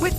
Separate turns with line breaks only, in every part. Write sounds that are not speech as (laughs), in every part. With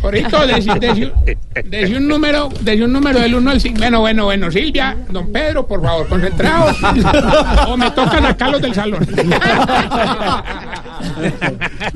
Corito, desde un número, desde un número del 1 al 5. Bueno, bueno, bueno, Silvia, don Pedro, por favor, concentrados. O me tocan acá los del salón.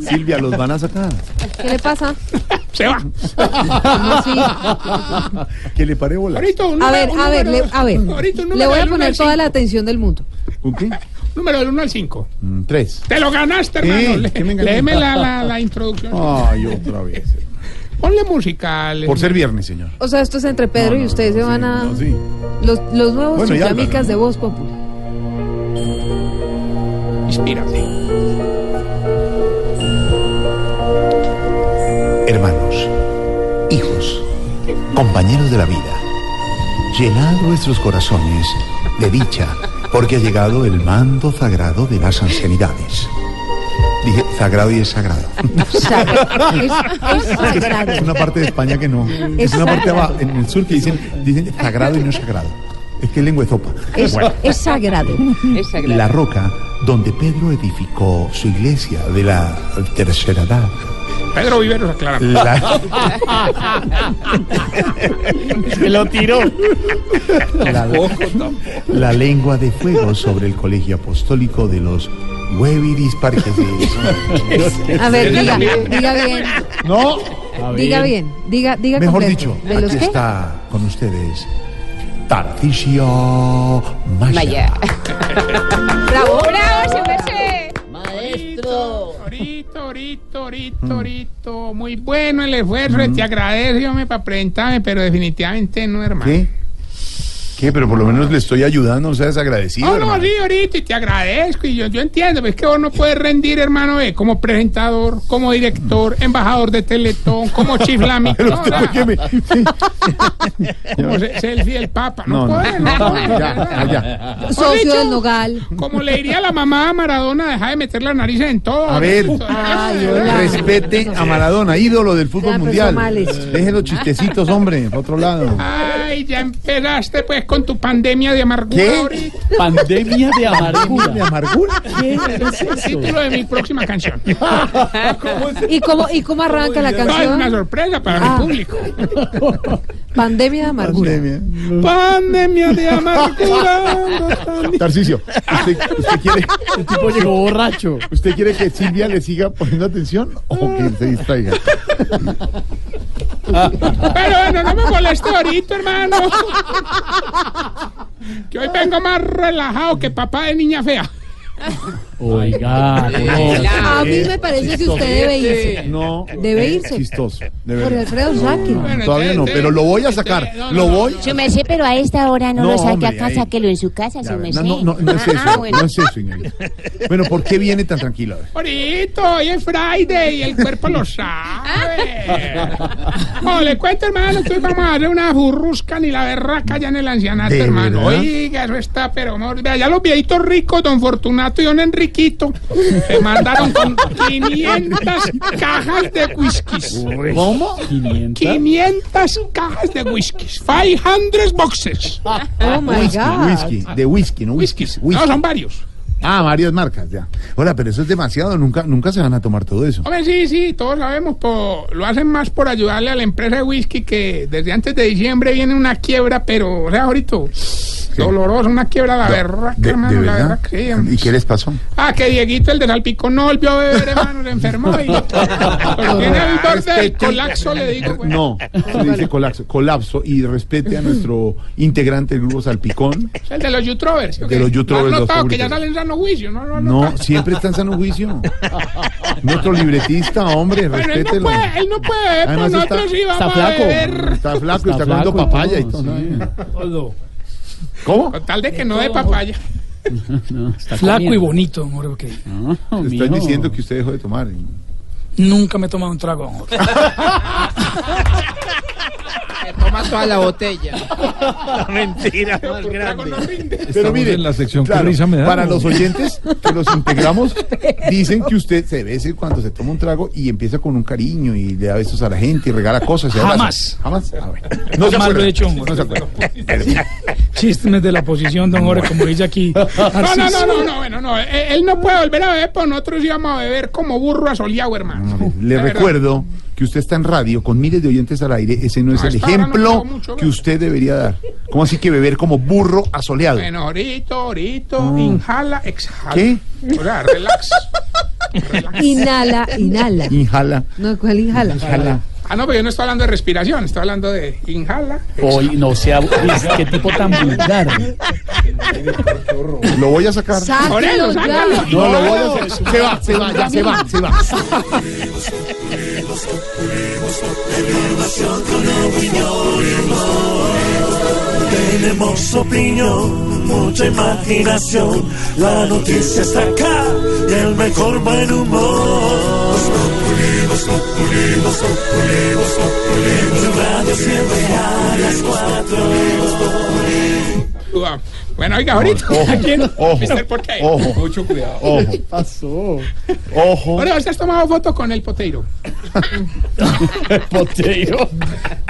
Silvia, los van a sacar. (laughs)
¿Qué le pasa?
Se va.
Que le pare bola.
Corito, un
A
número-
ver,
un
a ver, le,
número-
a ver.
Corito, un
Le
número
voy a
del uno al
poner toda la
cinco.
atención del mundo.
¿Un qué?
Número del 1 al 5.
Un Mm, tres.
Te lo ganaste, hermano.
Eh,
Le-
¿qué me gané?
Léeme la, la, la introducción.
Ay, otra vez.
Ponle musical.
Ah. Por ser viernes, señor.
O sea, esto es entre Pedro y ustedes se
Sí,
van a...
no, sí.
Los, los nuevos
Bueno, ya, Álvaro.
dinámicas de voz popular.
Inspírate.
hermanos, hijos, compañeros de la vida, llenad vuestros corazones de dicha, porque ha llegado el mando sagrado de las ancianidades. Dije, sagrado y es sagrado.
Sagrado. Es, es
(laughs)
sagrado.
Es una parte de España que no. Es una parte abajo, en el sur que dicen, dicen sagrado y no sagrado. Es que es lengua de sopa.
Es, es sagrado.
La roca donde Pedro edificó su iglesia de la tercera edad.
Pedro Viveros, aclara.
La-
(laughs) Se lo
(laughs)
tiró.
la, la lengua de fuego sobre el colegio apostólico de los huevidis parqueses.
A ver, diga, diga bien.
No.
Diga bien. Diga, diga
Mejor
completo.
dicho,
¿De los
aquí
qué?
está con ustedes Tarcisio Maya.
Bravo.
Torito, Torito,
Mm.
Torito, Torito. Muy bueno el esfuerzo. Te agradezco, hombre, para presentarme, pero definitivamente no, hermano.
¿Qué? ¿Qué? Pero por lo menos le estoy ayudando, no seas agradecido.
Ah, No, no,
hermano.
sí, ahorita, y te agradezco, y yo, yo entiendo, pero es que vos no puedes rendir, hermano, eh, como presentador, como director, embajador de Teletón, como
(laughs)
chiflamico,
Mm. Pero usted, ¿por qué me-
como se- selfie del Papa, no,
No, no.
puedes, no, puedes,
Ya,
¿verdad?
no, ya.
Socio
Corito.
del Nogal.
Como le diría la mamá a Maradona, deja de meter la nariz en todo.
A ver,
Corito.
Ay, hola.
respete a Maradona, ídolo del fútbol
Ya empezó
mundial.
mal esto.
Deje los chistecitos, hombre, por otro lado.
Ay, ya empezaste pues con tu pandemia de amargura
¿Qué?
ahorita.
Pandemia de
¿De
amargura.
amargura?
Título de mi próxima (laughs) canción.
¿Y cómo, ¿Y cómo arranca la
No, es una
canción?
sorpresa para
Ah.
mi público.
Pandemia de amargura.
Pandemia.
Pandemia de amargura.
Tarcisio, ¿usted, usted quiere,
El tipo llegó borracho.
¿usted quiere que Silvia le siga poniendo atención o que se distraiga?
Pero bueno, no me moleste ahorita, hermano. Que hoy vengo más relajado que papá de niña fea.
Oiga,
A mí me parece que usted debe irse.
No.
Debe irse.
Eh, Chistoso. De
Por
verdad.
Alfredo Sáquez.
Bueno,
Todavía no,
entonces-
pero lo voy a
entonces- no,
sacar.
no,
Lo
no,
voy.
Su merced, pero a esta hora no,
No,
lo saque
hombre,
a casa,
ahí.
sáquelo en su casa,
Ya,
su merced.
No, no, no, no es
Ah,
eso,
bueno.
no es eso, señorita. Bueno, ¿por qué viene tan tranquilo? A ver.
Ahorita, hoy es Friday y el cuerpo lo
(laughs)
sabe. No, le cuento, hermano, que hoy vamos a darle una burrusca ni la berraca allá en el ancianato,
¿De
hermano.
verdad?
Oiga, eso está, pero amor, vea, ya los viejitos ricos, don Fortunato y don Enriquito, se mandaron con 500 cajas de whiskies.
¿Cómo? 500.
500 cajas de whiskies. 500 boxes.
Oh my
Ah,
God.
Whisky, de whisky, ¿no?
Whiskies. No,
Whisky.
son varios.
Ah, varias marcas, ya. Ahora, pero eso es demasiado, nunca, nunca se van a tomar todo eso.
Hombre, sí, sí, todos sabemos, po- lo hacen más por ayudarle a la empresa de whisky que desde antes de diciembre viene una quiebra, pero, o sea, ahorita, dolorosa, una quiebra, la berraca,
De,
hermano,
de
la
verdad.
berraca, sí, hombre.
¿Y qué les pasó?
Ah, que Dieguito, el de Salpicón, no volvió a
(laughs)
beber, hermano, se enfermó. Y, porque era un borde del colapso, le digo. pues.
No, se dice colapso, colapso y respete a nuestro integrante del grupo Salpicón.
Es el de los YouTubers.
De los YouTubers,
Ah, No
los
has notado que ya
públicos.
salen sano juicio, ¿no? No, no.
No, siempre está en sano juicio. Nuestro libretista, hombre,
Bueno, él no
respételo.
puede, él no puede beber, pero
Además está-
nosotros sí vamos
está
a
flaco.
beber.
Está flaco y
Está
está comiendo
flaco y
papaya y
todo,
todo.
sí.
¿Cómo?
Con tal de que no dé papaya.
Flaco y bonito.
Estoy diciendo que usted dejó de tomar.
Nunca me he tomado un trago.
Toma toda la botella.
mentira más
Pero mire,
en la sección que
claro,
risa me da,
para
¿no?
los oyentes que los integramos, dicen que usted se bese cuando se toma un trago y empieza con un cariño y le da besos a la gente y regala cosas. y abraza.
Jamás.
Jamás. Ah, bueno. No
No
se
Jamás
acuerda.
lo he hecho. hombre.
No se acuerda.
Chismes de la posición, don Jorge, como dice aquí.
No, no, no,
Narciso.
no, no, bueno, no. eh, Él no puede volver a beber, pero nosotros íbamos a beber como burro a soleado, hermano. De
Le
verdad.
recuerdo que usted está en radio con miles de oyentes al aire. Ese no es
Ah,
el
está, ahora no me
ejemplo
hago mucho,
que usted debería dar. ¿Cómo así que beber como burro asoleado?
Bueno, ahorita, ahorita, inhala, exhala.
¿Qué?
O sea, relax.
Inhala, inhala.
Inhala.
No, ¿cuál inhala?
Inhala.
Ah, no, pero yo no estoy hablando de respiración, estoy hablando de inhala.
Hoy no sea. es- Qué tipo tan vulgar.
Lo voy a sacar.
Por eso,
Sáquelo ya.
sácalo.
No, lo voy a sacar. Se va, se va, ya se va, se va.
Tenemos opinión, mucha imaginación. La noticia está acá y el mejor buen humor. Los populimos, populimos, populimos, populimos. En radio siempre a las cuatro.
Bueno, oiga, ahorita.
Ojo,
¿A quién?
ojo,
Mister, ¿por qué?
ojo.
Mucho cuidado.
Ojo,
Pasó.
ojo.
Bueno, ¿usted has tomado foto con el poteiro?
Poteo.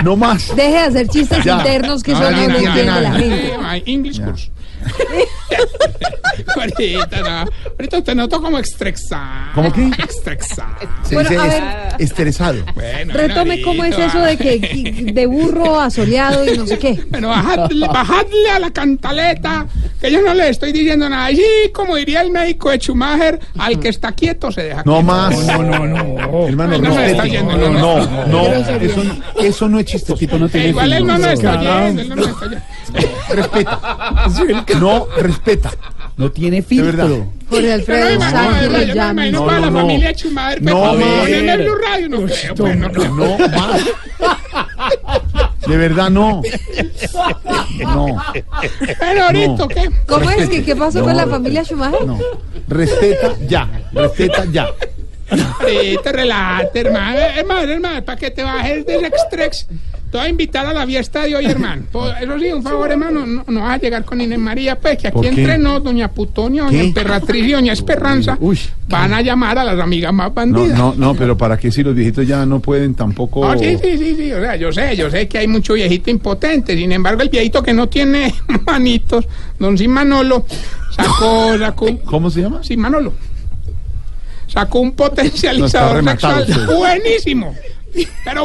No más.
Deje de hacer chistes
Ya.
internos que
No,
son
no,
no
no,
lo
no,
entiende
no,
la
Ah,
no.
gente.
Eh, my English course. (laughs) ahorita, no. Ahorita te noto como extrexado.
¿Cómo qué?
Extrexado.
Se
Bueno,
dice
a
es-
ver.
estresado.
Bueno,
Retome
bueno,
cómo es
ahorita,
eso
va.
de que de burro asoleado y no sé qué.
Bueno, bajadle, bajadle a la cantaleta, que yo no le estoy diciendo nada. Allí, como diría el médico de Schumacher, al que está quieto se deja.
No
quieto.
más.
No, no.
Hermano,
Ay, no,
respete.
está yendo,
no,
no,
no,
no.
eso, eso no es chiste. Tipo, no
Eh,
tiene
igual él no nos está
filosofía.
oyendo, él no nos está oyendo.
Respeta. No, respeta.
No tiene
De verdad.
filtro.
Jorge
Pero
Alfredo,
no, yo no
sáquelo
me
ya.
imagino
no,
para la
no.
familia de Schumacher,
No,
pues,
no.
poneme Blue Radio, no creo, pues, no creo.
No más. De verdad, no. No,
Pero ahorita,
No.
¿qué?
¿Cómo es que qué pasó
No,
con la
no,
familia Schumacher?
no. Respeta ya. Respeta ya.
Ahorita, relájate, hermano. Eh, Hermano, hermano, para que te bajes del extrex. Te voy a invitar a la fiesta de hoy, hermano. Por- Eso sí, un favor, hermano, no, no vas a llegar con Inés María, pues, que
¿Por
aquí
qué?
entrenó doña Putonia, doña
¿Qué?
Emperatriz y doña Esperanza.
Uy.
Van a llamar a las amigas más
No,
bandidas.
no, no, pero ¿para qué si los viejitos ya no pueden tampoco?
Ah, sí, sí, sí, sí, o sea, yo sé, yo sé que hay mucho viejito impotente, sin embargo, el viejito que no tiene (laughs) manitos, don Simanolo, sacó, sacó,
¿Cómo se llama?
Simanolo, sacó un
No,
potencializador
está rematado
sexual
usted.
buenísimo, pero
Potencial-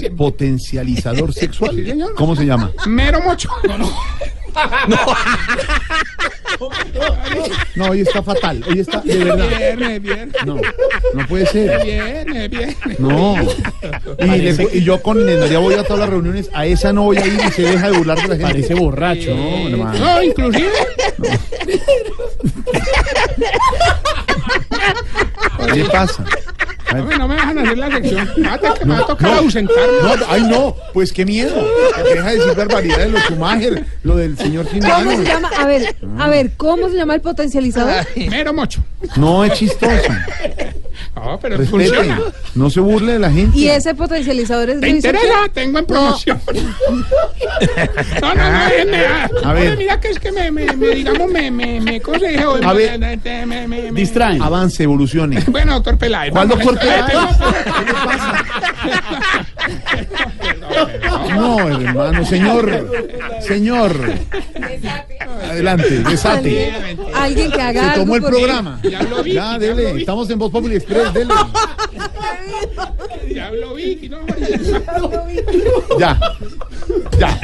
buenísimo, (laughs)
potencializador sexual.
Sí, señor.
¿Cómo se llama?
mero mocho.
No, hoy está fatal. Hoy está de verdad.
Viernes, viernes,
No, no puede ser.
viernes, viernes.
No. Y, le- y yo con Inés María voy a todas las reuniones. A esa no voy a ir y se deja de burlar de la gente.
Parece borracho.
No, hermano.
No, inclusive.
¿Qué le pasa?
No, me- no me dejan hacer la sección. Me va a te- me va a tocar
No,
ausentarme.
no, ay, no, pues qué miedo. Deja de decir barbaridades lo de Schumacher, lo del señor Jimeno.
¿Cómo se llama? A ver, a ver, ¿cómo se llama el potencializador?
Mero mocho.
No es chistoso.
No, pero
Respete.
funciona.
No se burle de la gente.
Y ese potencializador es
¿Te
Luis
interesa? Tengo en promoción. No, no, no, déjenme. ah,
A ver.
hombre, Mira que es que me, me, me, digamos, me, me, me consejo.
A ver.
me- me- me- me- me-
Distraen.
Avance, evolucione.
Bueno, doctor Peláez.
¿Cuál
vamos,
doctor
eh,
Peláez?
tengo-
No, hermano, señor. Señor. Adelante, desate.
Enrique. Alguien que haga
Se
algo
tomó el
por-
programa.
Ya lo vi,
Ya,
ya
dele.
lo vi.
Estamos en Voz Populi Express, dele.
Ya lo vi. y No,
Ya. Ya.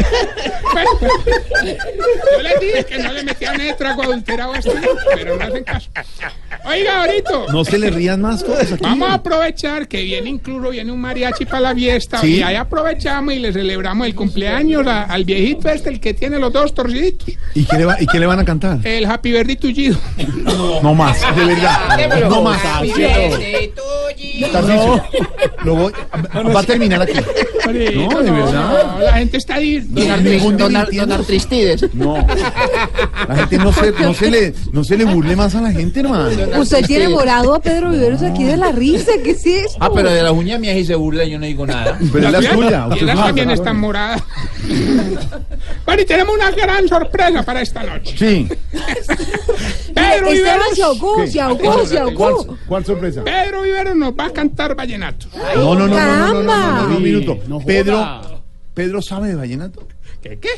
Bueno, yo les dije que no le metían el trago adulterado a este, pero no hacen caso. Oiga, ahorita.
No se le rían más cosas aquí.
Vamos a aprovechar que viene incluso viene un mariachi para la fiesta
Sí.
y ahí aprovechamos y le celebramos el cumpleaños a- al viejito este, el que tiene los dos torciditos,
¿Y qué, le va- ¿Y qué le van a cantar?
el Happy Birthday tullido.
No más, de verdad. No más.
Happy
Tarcisio, Lo voy, va a terminar aquí.
hombre.
No, de verdad.
no, la gente está di-
Ah. Don Artris- Ningún don Ar- dirigente. don
Artristides.
No. La gente no se, no se le, no se le burle más a la gente, hermano.
Usted tiene morado a Pedro Viveros aquí de la risa, ¿qué es esto?
Ah, pero de la uña mía sí se burla y yo no digo nada.
Pero es la suya.
Y
usted
las
no hace,
también
¿no?
están moradas. bueno, y tenemos una gran sorpresa para esta noche.
Sí.
Pedro
Esteban
Viveros,
Siaucú, Siaucú, Siaucú.
¿Cuál, cuál sorpresa?
Pedro Viveros nos va a cantar vallenato.
No, no, no, no, no, no, no, no, no,
¡Caramba!
un minuto.
no joda.
Pedro, Pedro sabe de vallenato.
¿Qué qué?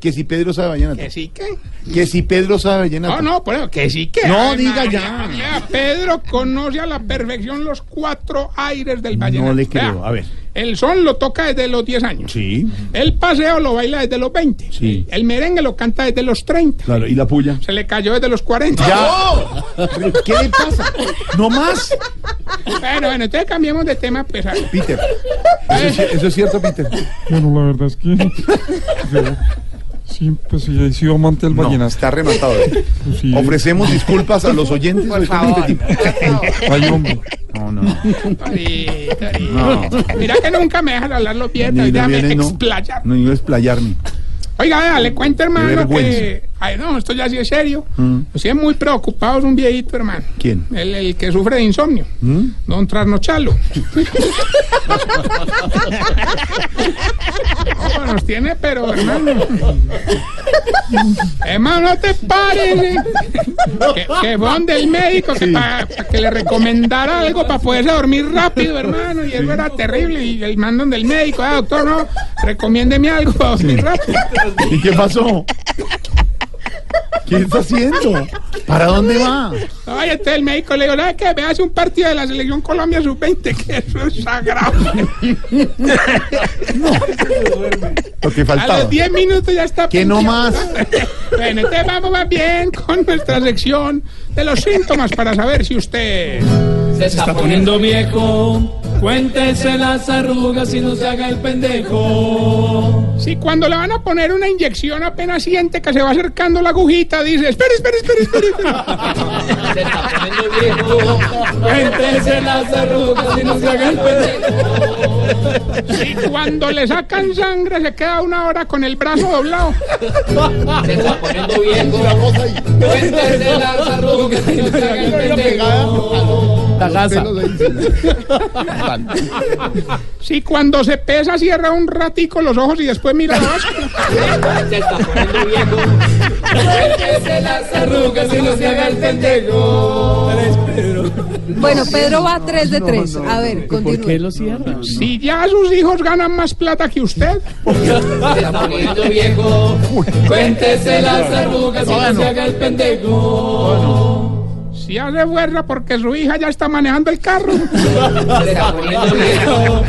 Que si Pedro sabe de
¿Que
vallenato.
sí qué?
Que si Pedro sabe de vallenato.
No, no, por eso, que sí que.
No,
Ay,
diga
María,
ya.
María, Pedro conoce a la perfección los cuatro aires del vallenato.
No le
Vea,
creo. A ver.
El son lo toca desde los 10 años.
Sí,
El paseo lo baila desde los 20.
Sí.
El merengue lo canta desde los 30.
claro. ¿Y la puya?
Se le cayó desde los 40. ¡Oh!
Ya. ¿Qué le pasa? No más.
Bueno, bueno, entonces cambiemos de tema. Pues, a-
Peter. Eso es, ci- eso es cierto, Peter.
Bueno, la verdad es que yo sí, pues sí, he sido amante del
No,
vallenato.
está rematado. ¿eh?
Sí,
Ofrecemos disculpas a los oyentes. Este Por favor.
Ay, hombre.
No, no.
Ahorita, ahorita.
No.
Mira que nunca me dejan hablar los
este
pies,
Ni los
déjame
viernes, no.
explayar.
No, yo explayarme.
Oiga, vea, le cuento,
Qué
hermano,
vergüenza.
que. Ay, no, esto ya sí es serio.
Mm.
Lo siguen muy preocupados un viejito, hermano.
¿Quién?
El, el que sufre de insomnio.
¿Mm?
Don
(laughs)
Trasnochalo. No, nos tiene, pero hermano. hermano, no te pares. eh. que, que van del médico que para que le recomendara algo para poderse dormir rápido, hermano. Y eso era terrible. Y el man donde el médico, ah, doctor, no, recomiéndeme algo para dormir rápido.
¿Y qué pasó? ¿Qué está haciendo? ¿Para dónde va?
Ay, entonces el médico le dijo, "¿Sabe qué? Veas un partido de la selección Colombia sub-20, que eso es sagrado.
Lo que
A
faltaba.
los 10 minutos ya está.
Que no más.
Bueno, entonces vamos más bien con nuestra sección de los síntomas para saber si usted...
Se está poniendo viejo. Cuéntese las arrugas y no se haga el pendejo.
Si cuando le van a poner una inyección apenas siente que se va acercando la agujita, dice, espere, espere, espere, espere.
Se está poniendo viejo. Cuéntese las arrugas y no se haga el pendejo.
Si cuando le sacan sangre se queda una hora con el brazo doblado.
Se está poniendo viejo. Cuéntese las arrugas y no se haga el pendejo.
Si cuando se pesa cierra un ratico los ojos y después mira la báscula.
Se está poniendo viejo. Cuéntese las arrugas y no se haga el pendejo.
Bueno, Pedro va 3 de 3. A ver,
¿Por qué
continúe.
lo cierran?
Si ya sus hijos ganan más plata que usted,
Se está poniendo viejo. Cuéntese las arrugas y
Ah,
no se haga el pendejo.
si hace fuerza porque su hija ya está manejando el carro.
Se está poniendo viejo.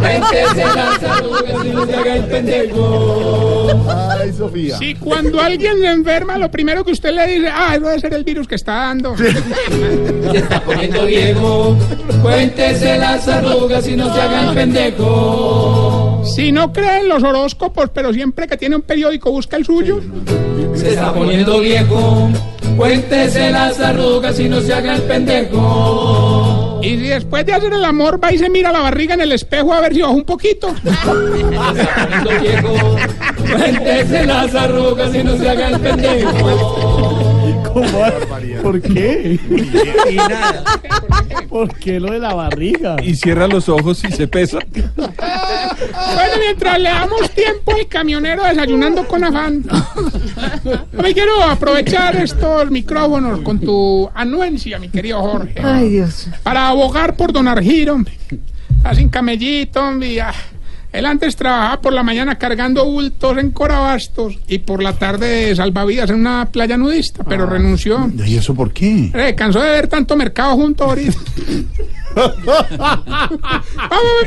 Cuéntese las arrugas y no se haga el pendejo.
Ay, Sofía.
Si cuando alguien se enferma, lo primero que usted le dice, ah, eso debe ser el virus que está dando.
Se está poniendo viejo. Cuéntese las arrugas y no se haga el pendejo.
Si no cree en los horóscopos, pero siempre que tiene un periódico busca el suyo.
Se está poniendo viejo. Cuéntese las arrugas y no se haga el pendejo.
Y si después de hacer el amor va y se mira la barriga en el espejo a ver si baja un poquito.
poniendo viejo. Cuéntese las arrugas y no se haga el pendejo.
¿Por qué? ¿Por qué lo de la barriga?
Y cierra los ojos y se pesa.
Bueno, mientras le damos tiempo al camionero desayunando con afán. Me quiero aprovechar estos micrófonos con tu anuencia, mi querido Jorge.
Ay, Dios.
para abogar por don Argiro, hombre. Así en camellito, hombre. ah. Él antes trabajaba por la mañana cargando bultos en Corabastos y por la tarde salvavidas en una playa nudista, pero
Ah.
renunció.
¿Y eso por qué?
Eh, cansó de ver tanto mercado junto
(laughs)
ahorita. Vamos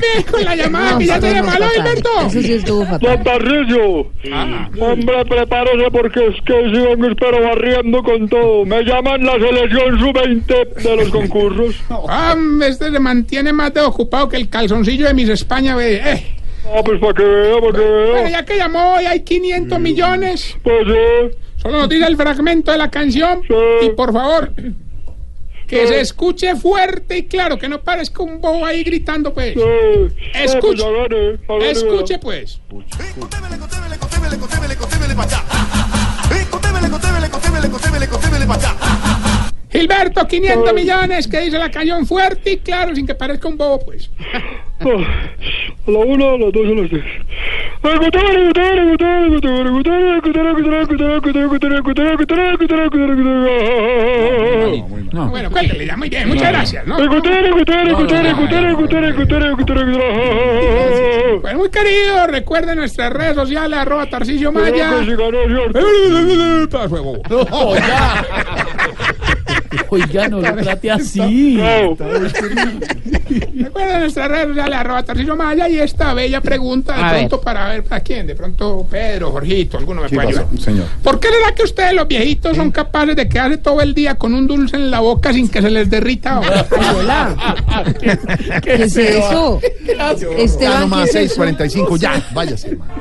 bien con la llamada que Ah, ya
Eso
tiene
estuvo
malo,
fatal. Eso
Alberto.
sí
(laughs)
estuvo fatal.
Tarrillo,
Ah,
hombre, prepárese porque es que si me espero barriendo con todo. Me llaman la selección sub-20 de los concursos.
hombre, este se mantiene más de ocupado que el calzoncillo de mis España, ve. Eh,
Ah, pues para que vea, para que
bueno,
vea.
ya que llamó hoy hay
Mm.
500 millones.
Pues sí,
Solo nos diga el fragmento de la canción
Sí.
y por favor. Que se escuche fuerte y claro, que no parezca un bobo ahí gritando, pues. Escuche. Escuche, pues. Gilberto, 500 millones, que dice la cañón fuerte y claro, sin que parezca un bobo, pues.
A la una, a las dos, a las tres.
No, Bueno, cuélgale ya, muy bien, muchas gracias, ¿no? Bueno, Pues, muy querido, recuerden nuestras redes sociales, arroba Tarcicio Maya. Fue bobo.
Oiga, no lo trate así.
Recuerden nuestras redes sociales, arroba Tarcicio Maya y esta bella pregunta de
A
pronto para ver para quién, de pronto Pedro, Jorgito, alguno me
¿Qué
puede ayudar.
pasó, señor?
¿Por qué será que ustedes los viejitos son capaces de quedarse todo el día con un dulce en la boca sin que se les derrita?
¿Qué es eso?
Ya
Esteban,
nomás
¿qué es eso?
6.45, ya, váyase, hermano.